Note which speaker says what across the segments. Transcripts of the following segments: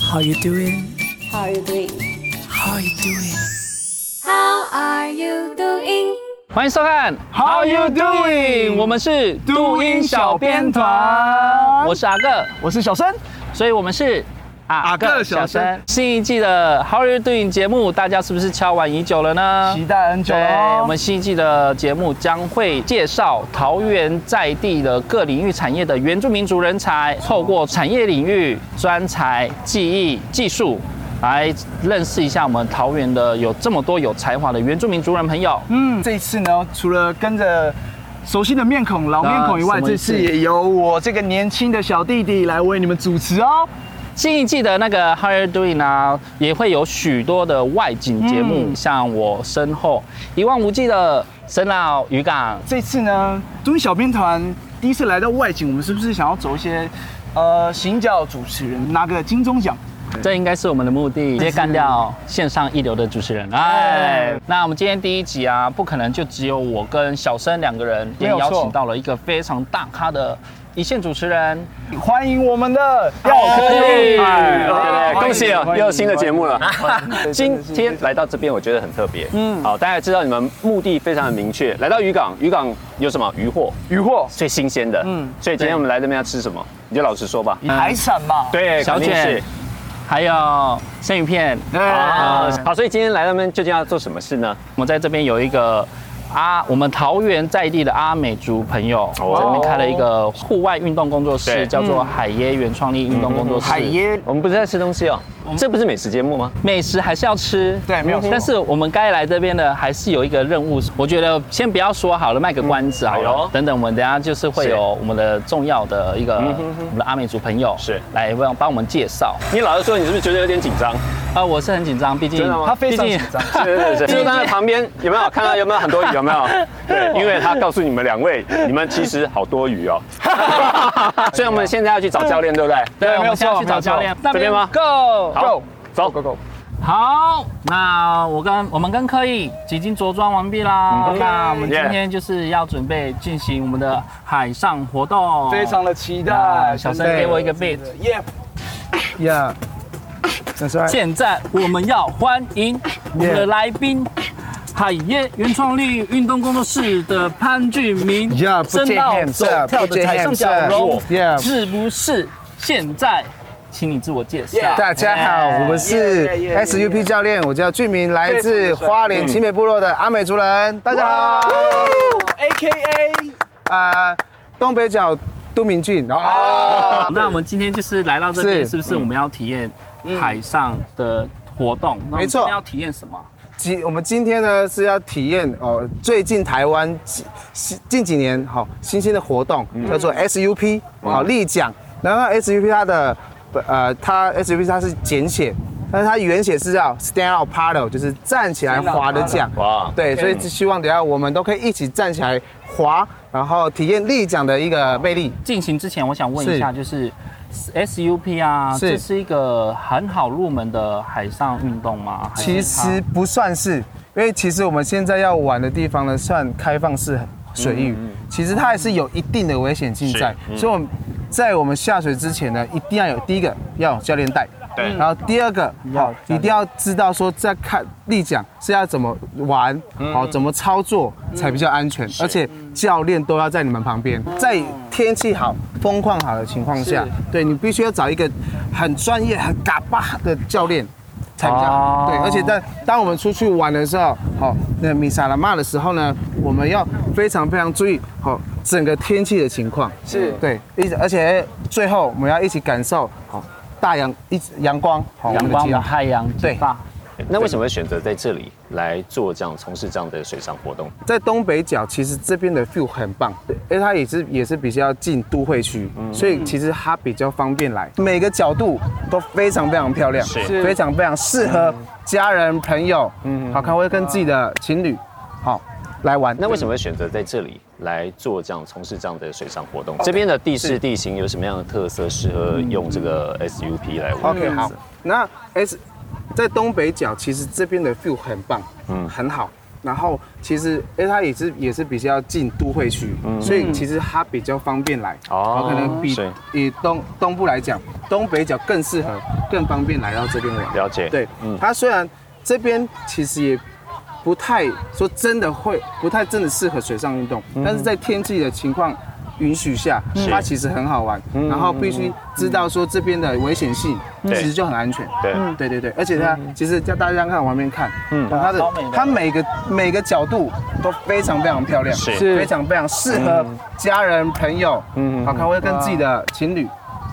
Speaker 1: How you doing?
Speaker 2: How are you doing?
Speaker 1: How you doing?
Speaker 2: How are you doing?
Speaker 3: 欢迎收看
Speaker 1: How you doing？
Speaker 3: 我们是
Speaker 1: 都音小编团
Speaker 3: 我是阿个，
Speaker 1: 我是小生，
Speaker 3: 所以我们是阿
Speaker 1: 阿个小生。
Speaker 3: 新一季的 How you doing 节目，大家是不是敲碗已久了呢？
Speaker 1: 期待很久
Speaker 3: 对，
Speaker 1: 了。
Speaker 3: 我们新一季的节目将会介绍桃园在地的各领域产业的原住民族人才，透过产业领域、专才、技艺、技术。来认识一下我们桃园的有这么多有才华的原住民族人朋友，
Speaker 1: 嗯，这一次呢，除了跟着熟悉的面孔、老面孔以
Speaker 3: 啊
Speaker 1: 外，
Speaker 3: 什么
Speaker 1: 这
Speaker 3: 意思
Speaker 1: 次也由我这个年轻的小弟弟来为你们主持哦。
Speaker 3: 新一季的那个 How You Doing 啊，也会有许多的外景节目，
Speaker 1: 嗯
Speaker 3: 像我身后一望无际的深澳渔港，
Speaker 1: 这次呢，都音小编团第一次来到外景，我们是不是想要走一些呃行脚主持人，拿个金钟奖？
Speaker 3: 这应该是我们的目的，直接干掉线上一流的主持 人。哎，那我们今天第一集啊，不可能就只有我跟小生两个人，也
Speaker 1: 没有错
Speaker 3: 邀请到了一个非常大咖的一线主持人，
Speaker 1: 欢迎我们的
Speaker 3: 耀科技
Speaker 4: 哎，
Speaker 1: 哎
Speaker 4: 对对，恭喜
Speaker 1: 欢
Speaker 4: 啊，
Speaker 1: 迎
Speaker 4: 又有新的节目了。
Speaker 1: 真
Speaker 4: 今
Speaker 1: 的
Speaker 4: 天
Speaker 1: 是
Speaker 4: 来到这边，我觉得很特别。嗯，好，大家知道你们目的非常的明确，来到渔港，渔港有什么渔获？
Speaker 1: 渔获
Speaker 4: 最新鲜的。
Speaker 1: 嗯
Speaker 4: 嗯，所以今天我们来这边要吃什么？你就老实说吧。
Speaker 1: 海产嘛，
Speaker 4: 对，
Speaker 3: 小
Speaker 4: 肯定
Speaker 3: 卷
Speaker 4: 是。
Speaker 3: 还有生鱼片。
Speaker 1: 哎
Speaker 4: 啊，好，所以今天来到这边究竟要做什么事呢？
Speaker 3: 我们在这边有一个阿，我们桃园在地的阿美族朋友，
Speaker 4: 哦
Speaker 3: 在这边开了一个户外运动工作室，
Speaker 4: 对
Speaker 3: 叫做海耶原创力运动工作室。
Speaker 1: 嗯海椰
Speaker 4: 我们不是在吃东西哦，
Speaker 1: 嗯
Speaker 4: 这不是美食节目吗？
Speaker 3: 美食还是要吃，
Speaker 1: 对没有错
Speaker 3: 但是我们该来这边的还是有一个任务，我觉得先不要说好了，卖个关
Speaker 1: 嗯
Speaker 3: 子好
Speaker 4: 哎呦
Speaker 3: 了。等等，我们等一下就是会
Speaker 4: 是
Speaker 3: 有我们的重要的一个我们的阿美族朋友
Speaker 4: 是
Speaker 3: 来帮帮我们介绍。
Speaker 4: 你老实说，你是不是觉得有点紧张？
Speaker 3: 啊，我是很紧张，毕竟
Speaker 4: 真的吗
Speaker 1: 他非常
Speaker 3: 毕
Speaker 1: 紧
Speaker 3: 竟
Speaker 1: 张。
Speaker 4: 对对对，就站在旁边，有没有看到有没有很多鱼？有没有？ 对，因为他告诉你们两位，你们其实好多鱼哦。 所以我们现在要去找教练，对不对？
Speaker 3: 对，我
Speaker 1: 没有
Speaker 3: 们现在
Speaker 1: 错
Speaker 3: 去
Speaker 1: 没
Speaker 3: 找
Speaker 1: 有错
Speaker 3: 教练，
Speaker 4: 这边吗
Speaker 3: ？Go，
Speaker 4: 好，走
Speaker 1: Go Go Go！
Speaker 3: 好，那我跟我们跟柯以已经着装完毕啦。
Speaker 4: 嗯
Speaker 3: 那我们今
Speaker 4: Yeah
Speaker 3: 天就是要准备进行我们的海上活动，
Speaker 1: 非常的期待
Speaker 3: 那。哦小
Speaker 1: 真
Speaker 3: 生
Speaker 1: 的
Speaker 3: 给我一个 beat。
Speaker 1: Yep。Yeah. That's right.
Speaker 3: 现在我们要欢迎 我们的来宾。海耶原创力运动工作室的潘俊明
Speaker 1: Yeah，不
Speaker 3: 伸
Speaker 1: 见
Speaker 3: 到
Speaker 1: hands
Speaker 3: 走
Speaker 1: up，
Speaker 3: 跳
Speaker 1: 不
Speaker 3: 的
Speaker 1: 见
Speaker 3: 台上
Speaker 1: hands
Speaker 3: 角
Speaker 1: up
Speaker 3: 龙
Speaker 1: Yeah
Speaker 3: 是不是？现在，请你自我介绍。
Speaker 1: Yeah
Speaker 5: 大家好，我们是 SUP 教练，我叫俊明，来自花莲奇美部落的阿美族人。大家好，
Speaker 1: A K A
Speaker 5: 啊，东北角都明俊。哦，
Speaker 1: 啊
Speaker 3: 那我们今天就是来到这边，
Speaker 5: 是嗯
Speaker 3: 是不是我们要体验海上的活动？那我们
Speaker 5: 没错
Speaker 3: 今天要体验什么？
Speaker 5: 今我们今天呢是要体验哦，最近台湾近近几年好新兴的活动叫做 SUP 好立桨，然后 SUP 它的呃它 SUP 它是简写，但是它原写是叫 Stand Up Paddle，就是站起来划的桨。
Speaker 4: 哇，
Speaker 5: 对，所以就希望等一下我们都可以一起站起来滑，然后体验立桨的一个魅力。
Speaker 3: 进行之前，我想问一下，就是 SUP 啊，
Speaker 5: 是
Speaker 3: 这是一个很好入门的海上运动吗？还是
Speaker 5: 其实不算是，因为其实我们现在要玩的地方呢，算开放式水域，其实它还是有一定的危险性在，所以我们在我们下水之前呢，一定要有第一个要有教练带，
Speaker 4: 对
Speaker 5: 然后第二个
Speaker 3: 要
Speaker 5: 好，一定要知道说在看立桨是要怎么玩，好怎么操作才比较安全，而且教练都要在你们旁边，在天气好、风况好的情况下
Speaker 3: 是，
Speaker 5: 对你必须要找一个很专业、很嘎巴的教练。才比较
Speaker 3: 哦
Speaker 5: 好。对，而且在当我们出去玩的时候，好，那米萨拉玛的时候呢，我们要非常非常注意好整个天气的情况。
Speaker 1: 是
Speaker 5: 对，一直而且哎最后我们要一起感受好大阳一直阳光，好
Speaker 3: 阳
Speaker 5: 我
Speaker 3: 光
Speaker 5: 们
Speaker 3: 的
Speaker 5: 的极
Speaker 3: 太阳
Speaker 5: 对
Speaker 3: 大。
Speaker 4: 那为什么会选择在这里来做这样从事这样的水上活动？
Speaker 5: 在东北角，其实这边的 view 很棒，对，因为它也是也是比较近都会区，
Speaker 4: 嗯
Speaker 5: 所以其实它比较方便来，每个角度都非常非常漂亮，
Speaker 4: 是嗯
Speaker 5: 非常非常适合家人朋友，嗯，好看会跟自己的情侣，好来玩。
Speaker 4: 那为什么会选择在这里来做这样从事这样的水上活动？这边的地势地形有什么样的特色适合用这个 SUP 来玩？
Speaker 5: OK，好，那 S 在东北角，其实这边的 view 很棒，嗯，很好。然后其实，哎，它也是也是比较近都会区，所以其实它比较方便来。
Speaker 4: 嗯哦
Speaker 5: 哦，可能比
Speaker 4: 是
Speaker 5: 以东东部来讲，东北角更适合、
Speaker 4: 嗯
Speaker 5: 更方便来到这边玩。
Speaker 4: 了解
Speaker 5: 对，
Speaker 4: 嗯
Speaker 5: 它虽然这边其实也不太说真的会，不太真的适合水上运动，但是在天气的情况允许下，它其实很好玩。
Speaker 4: 嗯
Speaker 5: 然后必须知道说这边的危险性，其实就很安全。
Speaker 4: 对
Speaker 5: 嗯对对对，而且它其实叫大家看往面看，嗯，它的
Speaker 3: 超美的
Speaker 5: 它每个每个角度都非常非常漂亮，
Speaker 4: 是
Speaker 5: 非常非常适合家人朋友，
Speaker 4: 嗯
Speaker 5: 嗯，好，看会跟自己的情侣，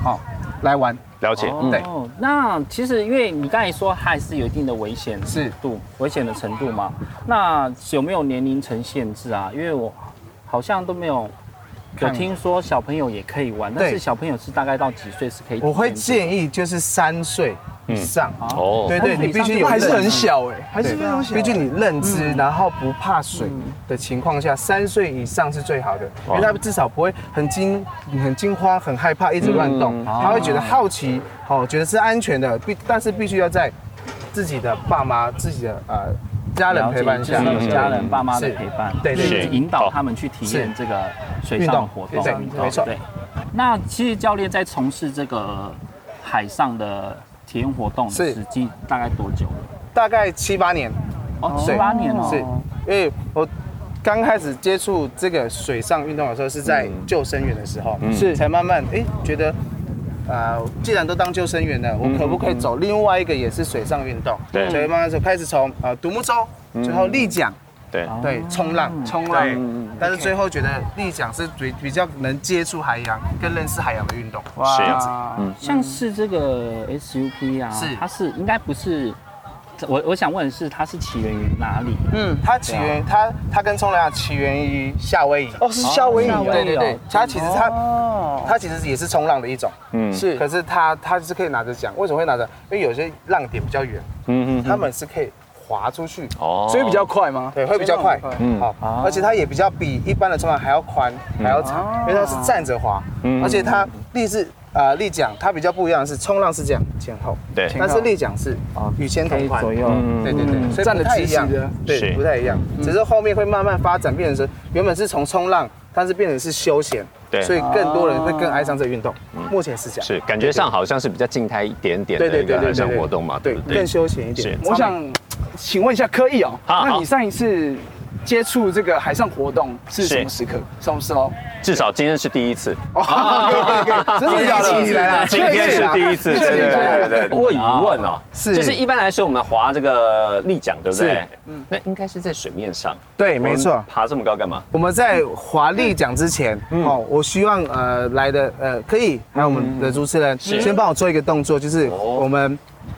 Speaker 5: 好来玩，
Speaker 4: 了解，嗯
Speaker 5: 对
Speaker 3: 哦，那其实因为你刚才说还是有一定的危险
Speaker 5: 是
Speaker 3: 度、危险的程度嘛，那有没有年龄层限制啊？因为我好像都没有有
Speaker 5: 看
Speaker 3: 听说小朋友也可以玩，但是
Speaker 5: 对
Speaker 3: 小朋友是大概到几岁是可以体验的？
Speaker 5: 我会建议就是三岁以上，
Speaker 4: 哦
Speaker 5: 对
Speaker 3: 三
Speaker 5: 对，
Speaker 3: 岁
Speaker 5: 你
Speaker 3: 以
Speaker 5: 必
Speaker 3: 上
Speaker 5: 须
Speaker 3: 就
Speaker 5: 有
Speaker 1: 还是
Speaker 5: 认
Speaker 1: 很
Speaker 5: 知
Speaker 1: 小
Speaker 3: 欸
Speaker 1: 哎、还是
Speaker 5: 对
Speaker 1: 非常，小。
Speaker 5: 毕竟你认知，
Speaker 3: 嗯
Speaker 5: 然后不怕水的情况下，三岁以上是最好的，因
Speaker 3: 哦
Speaker 5: 为他至少不会很惊、很惊慌、很害怕，一直乱动，
Speaker 3: 嗯
Speaker 5: 他会觉得好奇，哦，觉得是安全的，必但是必须要在自己的爸妈、自己的呃家人
Speaker 3: 了
Speaker 5: 陪
Speaker 3: 解
Speaker 5: 伴
Speaker 3: 就
Speaker 5: 下
Speaker 3: 是，有家
Speaker 5: 嗯
Speaker 3: 人、爸妈的
Speaker 5: 是
Speaker 3: 陪伴，
Speaker 5: 对对
Speaker 3: 就是
Speaker 4: 是
Speaker 3: 引
Speaker 4: 好
Speaker 3: 导他们去体验
Speaker 5: 是
Speaker 3: 这个水
Speaker 5: 运
Speaker 3: 上
Speaker 5: 动
Speaker 3: 活动
Speaker 5: 对
Speaker 3: 运
Speaker 5: 没错
Speaker 3: 对，那其实教练在从事这个海上的体验活动
Speaker 5: 是
Speaker 3: 时间大概多久了？
Speaker 5: 大概七八年，
Speaker 3: 哦，
Speaker 5: 对
Speaker 3: 七八年了，
Speaker 5: 是因为我刚开始接触这个水上运动的时候是在
Speaker 1: 嗯
Speaker 5: 救生员的时候，是才慢慢哎、诶觉得，啊、既然都当救生员了，我可不可以走另外一个也是水上运动？
Speaker 4: 对
Speaker 5: 所以慢慢就开始从呃独木舟，
Speaker 1: 嗯
Speaker 5: 最后立桨，
Speaker 4: 对，
Speaker 5: 对，冲浪，冲
Speaker 1: 浪
Speaker 5: 对但是最后觉得立桨是比比较能接触海洋，更认识海洋的运动。
Speaker 4: 是嗯
Speaker 3: 像是这个 SUP 啊，
Speaker 5: 是
Speaker 3: 它是应该不是。我我想问的是，它是起源于哪里？
Speaker 5: 嗯，它起源它它跟冲浪起源于夏威夷。
Speaker 1: 啊哦，是夏威夷
Speaker 3: 夏
Speaker 1: 哦、
Speaker 3: 威夷
Speaker 5: 对对对
Speaker 3: 哦，
Speaker 5: 它其实它
Speaker 1: 哦，
Speaker 5: 它其实也是冲浪的一种。
Speaker 4: 嗯
Speaker 1: 是
Speaker 5: 可是它它是可以拿着桨，为什么会拿着？因为有些浪点比较远，
Speaker 4: 嗯
Speaker 5: 他们是可以滑出去，
Speaker 4: 哦
Speaker 1: 所以比较快吗？
Speaker 5: 对，会比较快
Speaker 1: 所以那种。
Speaker 4: 嗯
Speaker 5: 嗯，好，而且它也比较比一般的冲浪还要宽，还要长，因为它是站着滑，
Speaker 4: 嗯
Speaker 5: 而且它立是呃立桨，它比较不一样的是冲浪是这样前后，
Speaker 4: 对哦
Speaker 5: 但是立桨是与前同宽，
Speaker 4: 嗯
Speaker 5: 对对对，所以
Speaker 1: 站得
Speaker 5: 不太
Speaker 1: 直
Speaker 5: 一
Speaker 1: 直
Speaker 5: 样
Speaker 1: 的，
Speaker 4: 是
Speaker 5: 对，不太一样，只是后面会慢慢发展，变成是原本是从冲浪，但是变成是休闲，
Speaker 4: 对嗯
Speaker 5: 所以更多人会更爱上这个运动，目前是这样，
Speaker 4: 是感觉上好像是比较静态一点点
Speaker 5: 对
Speaker 4: 的
Speaker 5: 对
Speaker 4: 一
Speaker 5: 对
Speaker 4: 个
Speaker 5: 对
Speaker 4: 海
Speaker 5: 对
Speaker 4: 上
Speaker 5: 对，
Speaker 4: 活动嘛，
Speaker 5: 对
Speaker 4: 对，不
Speaker 5: 更
Speaker 4: 对？
Speaker 5: 休闲一点
Speaker 4: 是，
Speaker 1: 我想请问一下柯毅哦，
Speaker 4: 好
Speaker 1: 那
Speaker 4: 好
Speaker 1: 你上一次接触这个海上活动是什么时刻？什么时候？
Speaker 4: 至少今天是第一次，
Speaker 1: 哦
Speaker 5: 啊 真的假的？来啦
Speaker 4: 今天是第一次，
Speaker 1: 确定确定
Speaker 4: 对。我有疑问哦，
Speaker 5: 是
Speaker 4: 就是一般来说我们划这个立桨，对不对？嗯，那应该是在水面上，
Speaker 5: 对，没
Speaker 4: 我
Speaker 5: 错
Speaker 4: 们。爬这么高干嘛？
Speaker 5: 我们在华丽奖之前，哦，我希望呃来的呃可以，还有我们的主持人先帮我做一个动作，就是我们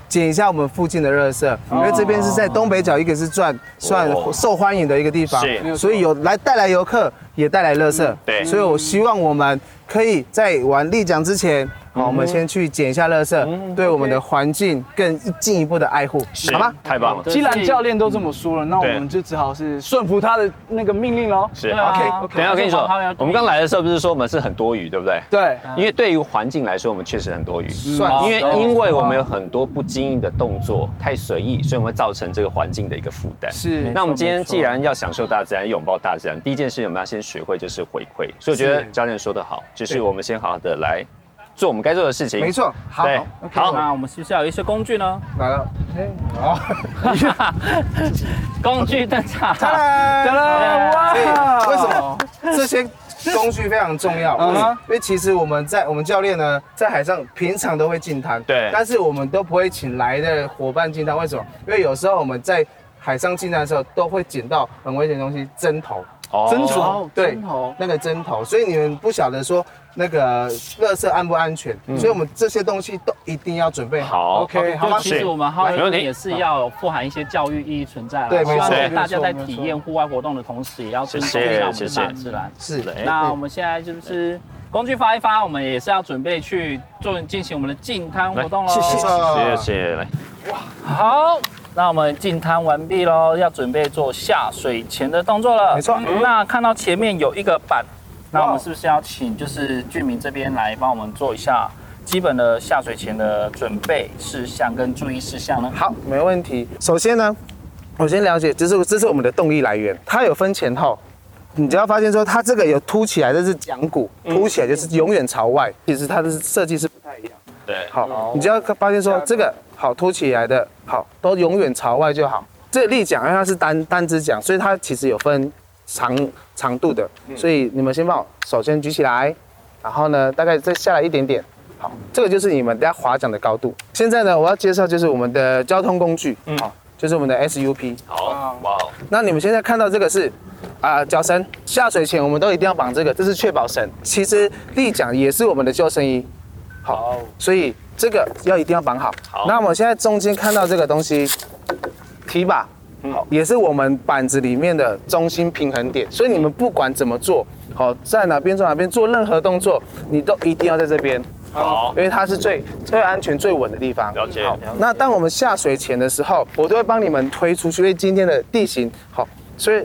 Speaker 5: 捡一下我们附近的热色，因为这边是在东北角，一个是转算
Speaker 4: 哦
Speaker 5: 受欢迎的一个地方
Speaker 4: 是没有，
Speaker 5: 所以有嗯来带来游客，也带来热色，
Speaker 4: 对
Speaker 5: 所以我希望我们可以在玩丽奖之前。好，我们先去捡一下垃圾，对我们的环境更进一步的爱护，
Speaker 4: 是
Speaker 5: 好吗？
Speaker 4: 太棒了，
Speaker 3: 对啊
Speaker 1: 既然教练都这么说了，那我们就只好是顺服他的那个命令喽。
Speaker 3: 对
Speaker 4: 是
Speaker 3: 啊
Speaker 4: OK。等一下我跟你说，我们刚来的时候不是说我们是很多余，对不对？
Speaker 1: 对，
Speaker 4: 因为对于环境来说，我们确实很多余。
Speaker 5: 算
Speaker 4: 因为
Speaker 3: 哦
Speaker 4: 因为我们有很多不经意的动作，太随意，所以我们会造成这个环境的一个负担。
Speaker 1: 是
Speaker 4: 那我们今天
Speaker 3: 没错
Speaker 4: 既然要享受大自然，拥抱大自然，第一件事情我们要先学会就是回馈。所以我觉得
Speaker 5: 是
Speaker 4: 教练说的好，就是我们先好好的来做我们该做的事情。
Speaker 5: 没，错，好，
Speaker 4: 对，好，
Speaker 3: 那我们是不是要有一些工具 呢？
Speaker 5: 来了，哎好，
Speaker 3: 工具登场。
Speaker 5: 哒
Speaker 1: 啦哇
Speaker 5: 所以为什么这些工具非常重要？
Speaker 1: 嗯
Speaker 5: 因为因为其实我们在我们教练呢，在海上平常都会进滩，
Speaker 4: 对
Speaker 5: 但是我们都不会请来的伙伴进滩，为什么？因为有时候我们在海上进滩的时候，都会捡到很危险的东西，针头。
Speaker 4: 哦
Speaker 1: 真主
Speaker 5: 对，那个针头，所以你们不晓得说那个垃圾安不安全，所以我们这些东西都一定要准备好。
Speaker 4: 嗯好
Speaker 5: OK，好
Speaker 3: 就
Speaker 5: 吗？
Speaker 3: 其实我们浩
Speaker 4: 没问
Speaker 3: 然
Speaker 4: 题
Speaker 3: 也是要有富含一些教育意义存在啦
Speaker 5: 对没错
Speaker 3: 希望
Speaker 4: 对
Speaker 3: 大家在
Speaker 1: 没错
Speaker 3: 体验户外活动的同时，也要尊
Speaker 4: 谢
Speaker 3: 重
Speaker 4: 谢
Speaker 3: 一下我们的
Speaker 4: 谢谢哎
Speaker 3: 大自然。
Speaker 5: 是
Speaker 4: 的
Speaker 3: 那我们现在是不是工具发一发？我们也是要准备去做进行我们的进滩活动喽。
Speaker 4: 谢谢，
Speaker 5: 没错
Speaker 4: 谢谢，来，
Speaker 3: 好，那我们进滩完毕喽，要准备做下水前的动作了。
Speaker 5: 没错
Speaker 3: 嗯那看到前面有一个板，那我们是不是要请就是俊明这边来帮我们做一下基本的下水前的准备事项跟注意事项呢？
Speaker 5: 好，没问题。首先呢，我先了解，这是这是我们的动力来源，它有分前后。你只要发现说它这个有凸起来，这是桨骨，凸起来就是永远朝外。其实它的设计是不太一样。
Speaker 4: 对，
Speaker 5: 好，你只要发现说这个好凸起来的，好都永远朝外就好。这个立桨因为它是单单只桨，所以它其实有分长长度的，所以你们先把手先举起来，然后呢大概再下来一点点。好，这个就是你们等下划桨的高度。现在呢，我要介绍就是我们的交通工具，好，就是我们的 SUP。
Speaker 4: 好，哇哦，
Speaker 5: 那你们现在看到这个是啊、脚绳，下水前我们都一定要绑这个，这是确保绳。其实立桨也是我们的救生衣，好，所以这个要一定要绑好。
Speaker 4: 好
Speaker 5: 那我们现在中间看到这个东西，提把，好，也是我们板子里面的中心平衡点。所以你们不管怎么做，好，在哪边做哪边做任何动作，你都一定要在这边。
Speaker 4: 好，
Speaker 5: 因为它是最最安全、最稳的地方。
Speaker 4: 了解
Speaker 5: 好，那当我们下水前的时候，我都会帮你们推出去，因为今天的地形好，所以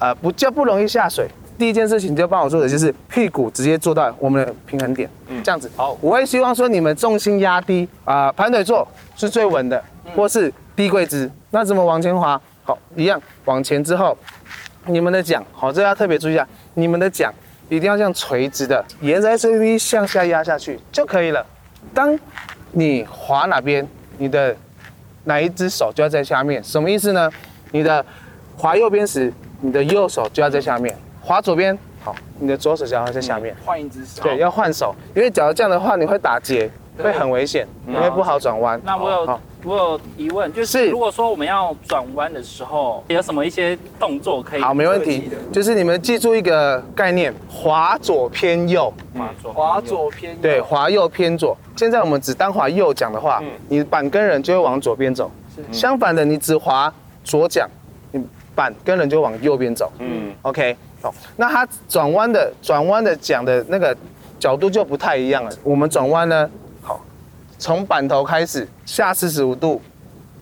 Speaker 5: 呃不较不容易下水。第一件事情你就帮我做的就是屁股直接坐到我们的平衡点，这样子。
Speaker 4: 嗯好
Speaker 5: 我会希望说你们重心压低啊、盘腿坐是最稳的，
Speaker 4: 嗯
Speaker 5: 或是低跪姿。那怎么往前滑？好，一样往前之后，啊你们的桨，好，这要特别注意一下，你们的桨一定要这样垂直的，沿着 SUP 向下压下去就可以了。当你滑哪边，你的哪一只手就要在下面，什么意思呢？你的滑右边时，你的右手就要在下面；滑左边，好，你的左手就要在下面。
Speaker 3: 嗯
Speaker 1: 换一只手。
Speaker 5: 对，要换手，因为假如这样的话，你会打结，会很危险，你会不好转弯。
Speaker 3: 那我
Speaker 5: 好
Speaker 3: 有我有疑问，就是是如果说我们要转弯的时候，有什么一些动作可以？
Speaker 5: 好，没问题。就是你们记住一个概念：滑左偏右。
Speaker 3: 嘛做
Speaker 1: 滑左偏右。
Speaker 5: 对，滑右偏左。现在我们只单滑右桨的话，你板跟人就会往左边走。相反的，你只滑左桨，你板跟人就往右边走。
Speaker 4: 嗯，
Speaker 5: OK，好，那它转弯的转弯的桨的那个角度就不太一样了。我们转弯呢，好，从板头开始下四十五度，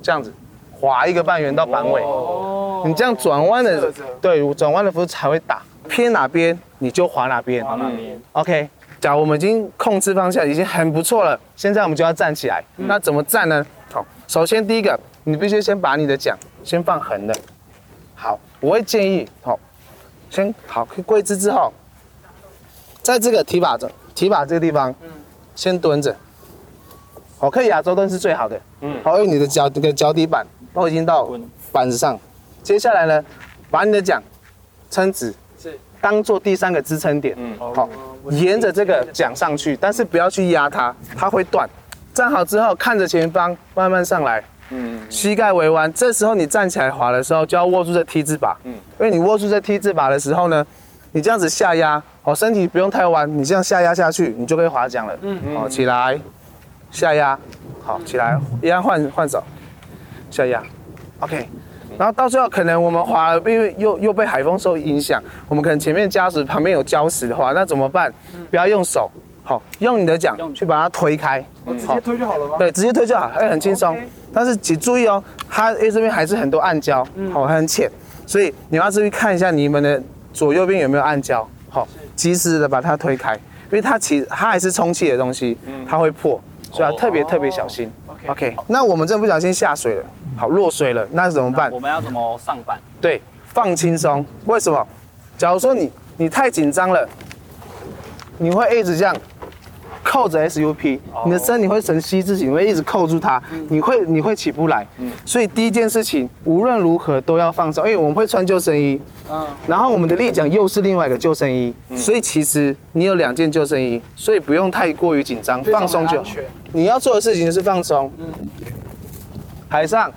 Speaker 5: 这样子滑一个半圆到板尾。
Speaker 1: 哦
Speaker 5: 你这样转弯的
Speaker 1: 侧着，
Speaker 5: 对，转弯的幅度才会大。偏哪边你就滑哪边。
Speaker 1: 往那边。
Speaker 5: OK，假如我们已经控制方向已经很不错了，现在我们就要站起来。那怎么站呢？好，首先第一个，你必须先把你的桨先放横的。好，我会建议，好，先好跪姿之后，在这个提把这提把这个地方，先蹲着。好，可以亚洲蹲是最好的。嗯，好，用你的脚这个脚底板都已经到板子上，接下来呢，把你的桨撑直，
Speaker 1: 是
Speaker 5: 当做第三个支撑点。嗯，好，沿着这个桨上去，但是不要去压它，它会断。站好之后，看着前方，慢慢上来。嗯，膝盖微弯，这时候你站起来滑的时候，就要握住这 T 字把。嗯，因为你握住这 T 字把的时候呢，你这样子下压，哦，身体不用太弯，你这样下压下去，你就可以滑桨了。嗯，好，起来，下压，好，起来，一样换换手，下压，OK。然后到最后可能我们滑了，因为又又被海风受影响，我们可能前面礁石旁边有礁石的话，那怎么办？不要用手，好，嗯用你的桨嗯去把它推开，
Speaker 1: 直接推就好了吗？
Speaker 5: 对，直接推就好，哎，很轻松
Speaker 1: OK。
Speaker 5: 但是请注意哦，它因为这边还是很多暗礁，好，还很浅，所以你要注意看一下你们的左右边有没有暗礁，好，及时的把它推开，因为它其实它还是充气的东西，它会破，所以要特别特别小心。OK，那我们这不小心下水了，好落水了，那怎么办
Speaker 3: 我？们要怎么上板？
Speaker 5: 对，放轻松。为什么？假如说你你太紧张了，你会一直这样扣着 SUP，、你
Speaker 1: 哦
Speaker 5: 的身体会神吸自己，你会一直扣住它，
Speaker 1: 嗯
Speaker 5: 你会你会起不来。所以第一件事情，无论如何都要放松，因为我们会穿救生衣，
Speaker 1: 嗯，
Speaker 5: 然后我们的立桨又是另外一个救生衣，所以其实你有两件救生衣，所以不用太过于紧张，
Speaker 1: 非常
Speaker 5: 放松就
Speaker 1: 安
Speaker 5: 好
Speaker 1: 全。嗯
Speaker 5: 你要做的事情就是放松。海上，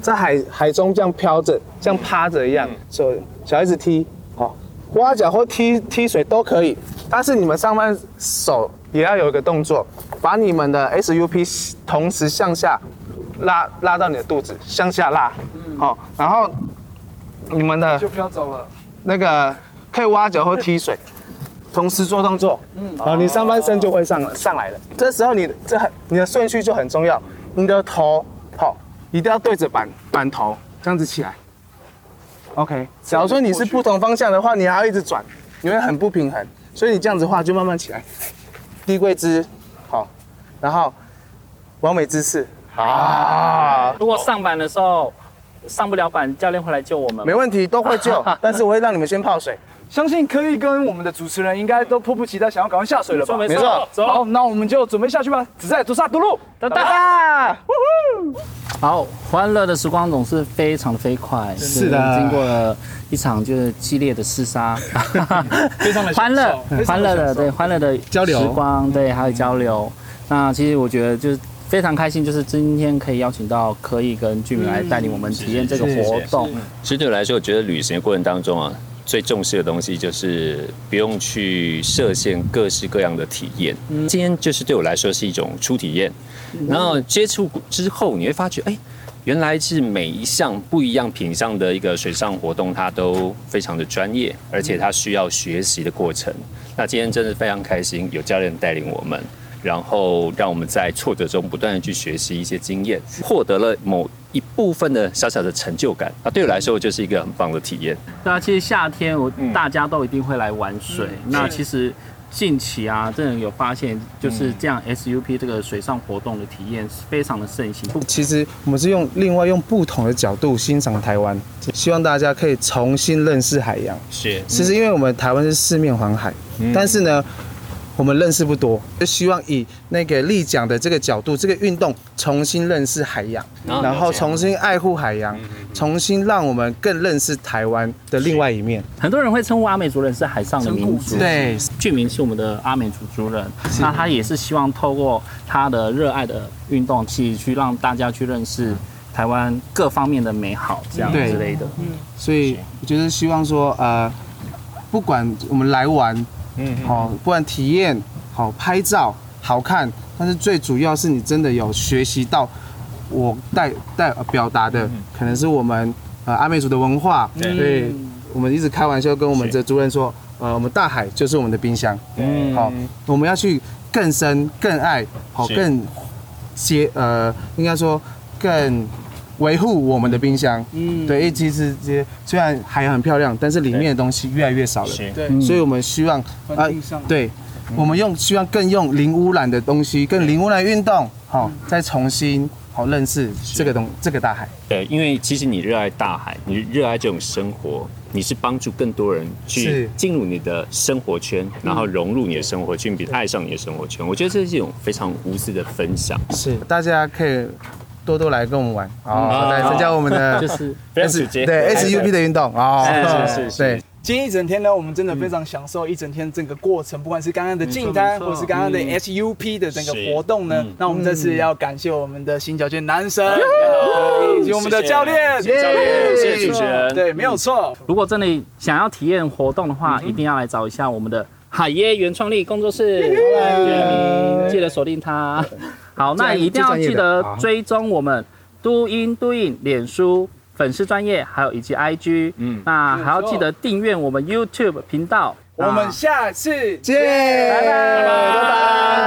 Speaker 5: 在海海中这样飘着，像趴着一样，
Speaker 1: 嗯
Speaker 5: 手小孩子踢，好，挖脚或踢踢水都可以。但是你们上半手也要有一个动作，把你们的 SUP 同时向下拉拉到你的肚子，向下拉，好，然后你们的
Speaker 1: 就不要走了。
Speaker 5: 那个可以挖脚或踢水，同时做动作，嗯，好，你上半身就会上了上来了。这时候你这很你的顺序就很重要，你的头好一定要对着板板头这样子起来。OK，假如说你是不同方向的话，你还要一直转，你会很不平衡。所以你这样子的话就慢慢起来，低跪姿，好，然后完美姿势。啊，
Speaker 3: 如果上板的时候，上不了板，教练会来救我们吗
Speaker 5: 没？问题，都会救，但是我会让你们先泡水。
Speaker 1: 相信科以跟我们的主持人应该都迫不及待想要赶快下水了吧？
Speaker 3: 没
Speaker 5: 没错
Speaker 3: 错，
Speaker 1: 好，
Speaker 3: 走，
Speaker 1: 那我们就准备下去吧。只在杜萨嘟路，
Speaker 3: 哒哒。好，欢乐的时光总是非常的飞快，
Speaker 5: 是的
Speaker 3: 经过了一场就是激烈的厮杀，
Speaker 1: 非常的
Speaker 3: 欢乐，欢乐的对欢乐的
Speaker 5: 交流
Speaker 3: 时光，对还有交流。那其实我觉得就是非常开心，就是今天可以邀请到柯以跟俊明来带领我们体验这个活动。
Speaker 4: 其实对我来说，我觉得旅行的过程当中啊，最重视的东西就是不用去设限各式各样的体验。今天就是对我来说是一种初体验，然后接触之后，你会发觉，哎，原来是每一项不一样品相的一个水上活动，它都非常的专业，而且它需要学习的过程。那今天真的非常开心，有教练带领我们。然后让我们在挫折中不断的去学习一些经验，获得了某一部分的小小的成就感。那对我来说，就是一个很棒的体验。
Speaker 3: 对啊，其实夏天我
Speaker 4: 嗯
Speaker 3: 大家都一定会来玩水。那其实近期啊，真的有发现，就是这样 SUP 这个水上活动的体验是非常的盛行。不
Speaker 5: 其实我们是用另外用不同的角度欣赏台湾，希望大家可以重新认识海洋。
Speaker 4: 是
Speaker 5: 其实因为我们台湾是四面环海，
Speaker 3: 嗯
Speaker 5: 但是呢，我们认识不多，就希望以那个立桨的这个角度，这个运动重新认识海洋，
Speaker 3: 啊
Speaker 4: 哦
Speaker 5: 然后
Speaker 4: 了解
Speaker 5: 重新爱护海
Speaker 3: 嗯
Speaker 5: 洋，重新让我们更认识台湾的另外一面。
Speaker 3: 很多人会称呼阿美族人是海上的民族，，
Speaker 5: 对，
Speaker 3: 俊明是我们的阿美族族人，那他也是希望透过他的热爱的运动，去去让大家去认识台湾各方面的美好，这样
Speaker 5: 对
Speaker 3: 之类的。
Speaker 5: 所以我就是希望说，呃，不管我们来玩，嗯，好、不管体验好、拍照好看，但是最主要是你真的有学习到我带带呃表达的，可能是我们呃阿美族的文化，
Speaker 4: 对
Speaker 5: 对，我们一直开玩笑跟我们的族人说，呃，我们大海就是我们的冰箱，嗯，好、我们要去更深、更爱、好、
Speaker 4: 是
Speaker 5: 更接呃，应该说更维护我们的冰箱，嗯，对，因为其实这些虽然海很漂亮，但是里面的东西越来越少了，
Speaker 4: 是嗯
Speaker 1: 对，
Speaker 5: 所以我们希望啊
Speaker 1: 环境上
Speaker 5: 对，我们用希望更用零污染的东西，更零污染运动，好、再重新好、认识这个东这个大海。
Speaker 4: 对，因为其实你热爱大海，你热爱这种生活，你是帮助更多人去
Speaker 5: 是嗯
Speaker 4: 进入你的生活圈，然后融入你的生活圈，并爱上你的生活圈。我觉得这是一种非常无私的分享。
Speaker 5: 是，大家可以多多来跟我们玩，
Speaker 4: 嗯
Speaker 5: 哦，来参加我们的
Speaker 3: 就是
Speaker 4: 非常直接
Speaker 5: 对 SUP 的运动哦，
Speaker 4: 是是是
Speaker 5: 对，
Speaker 1: 今天一整天呢，我们真的非常享受一整天整个过程，不管是刚刚的进
Speaker 3: 没
Speaker 1: 单，
Speaker 3: 错没错
Speaker 1: 或是刚刚的 SUP 的整个活动呢。那我们这次要感谢我们的新脚健男神，以及我们的教练，
Speaker 4: 谢谢教练谢谢主持人
Speaker 1: 对，没有错。
Speaker 3: 如果真的想要体验活动的话，一定要来找一下我们的海耶原创力工作室，对记得锁定他。好，那一定要记得追踪我们都音都音脸书粉丝专业，还有以及 IG，嗯，那还要记得订阅我们 YouTube 频道。
Speaker 1: 我们下次见，
Speaker 5: 啊见，拜
Speaker 1: 拜拜
Speaker 5: 拜。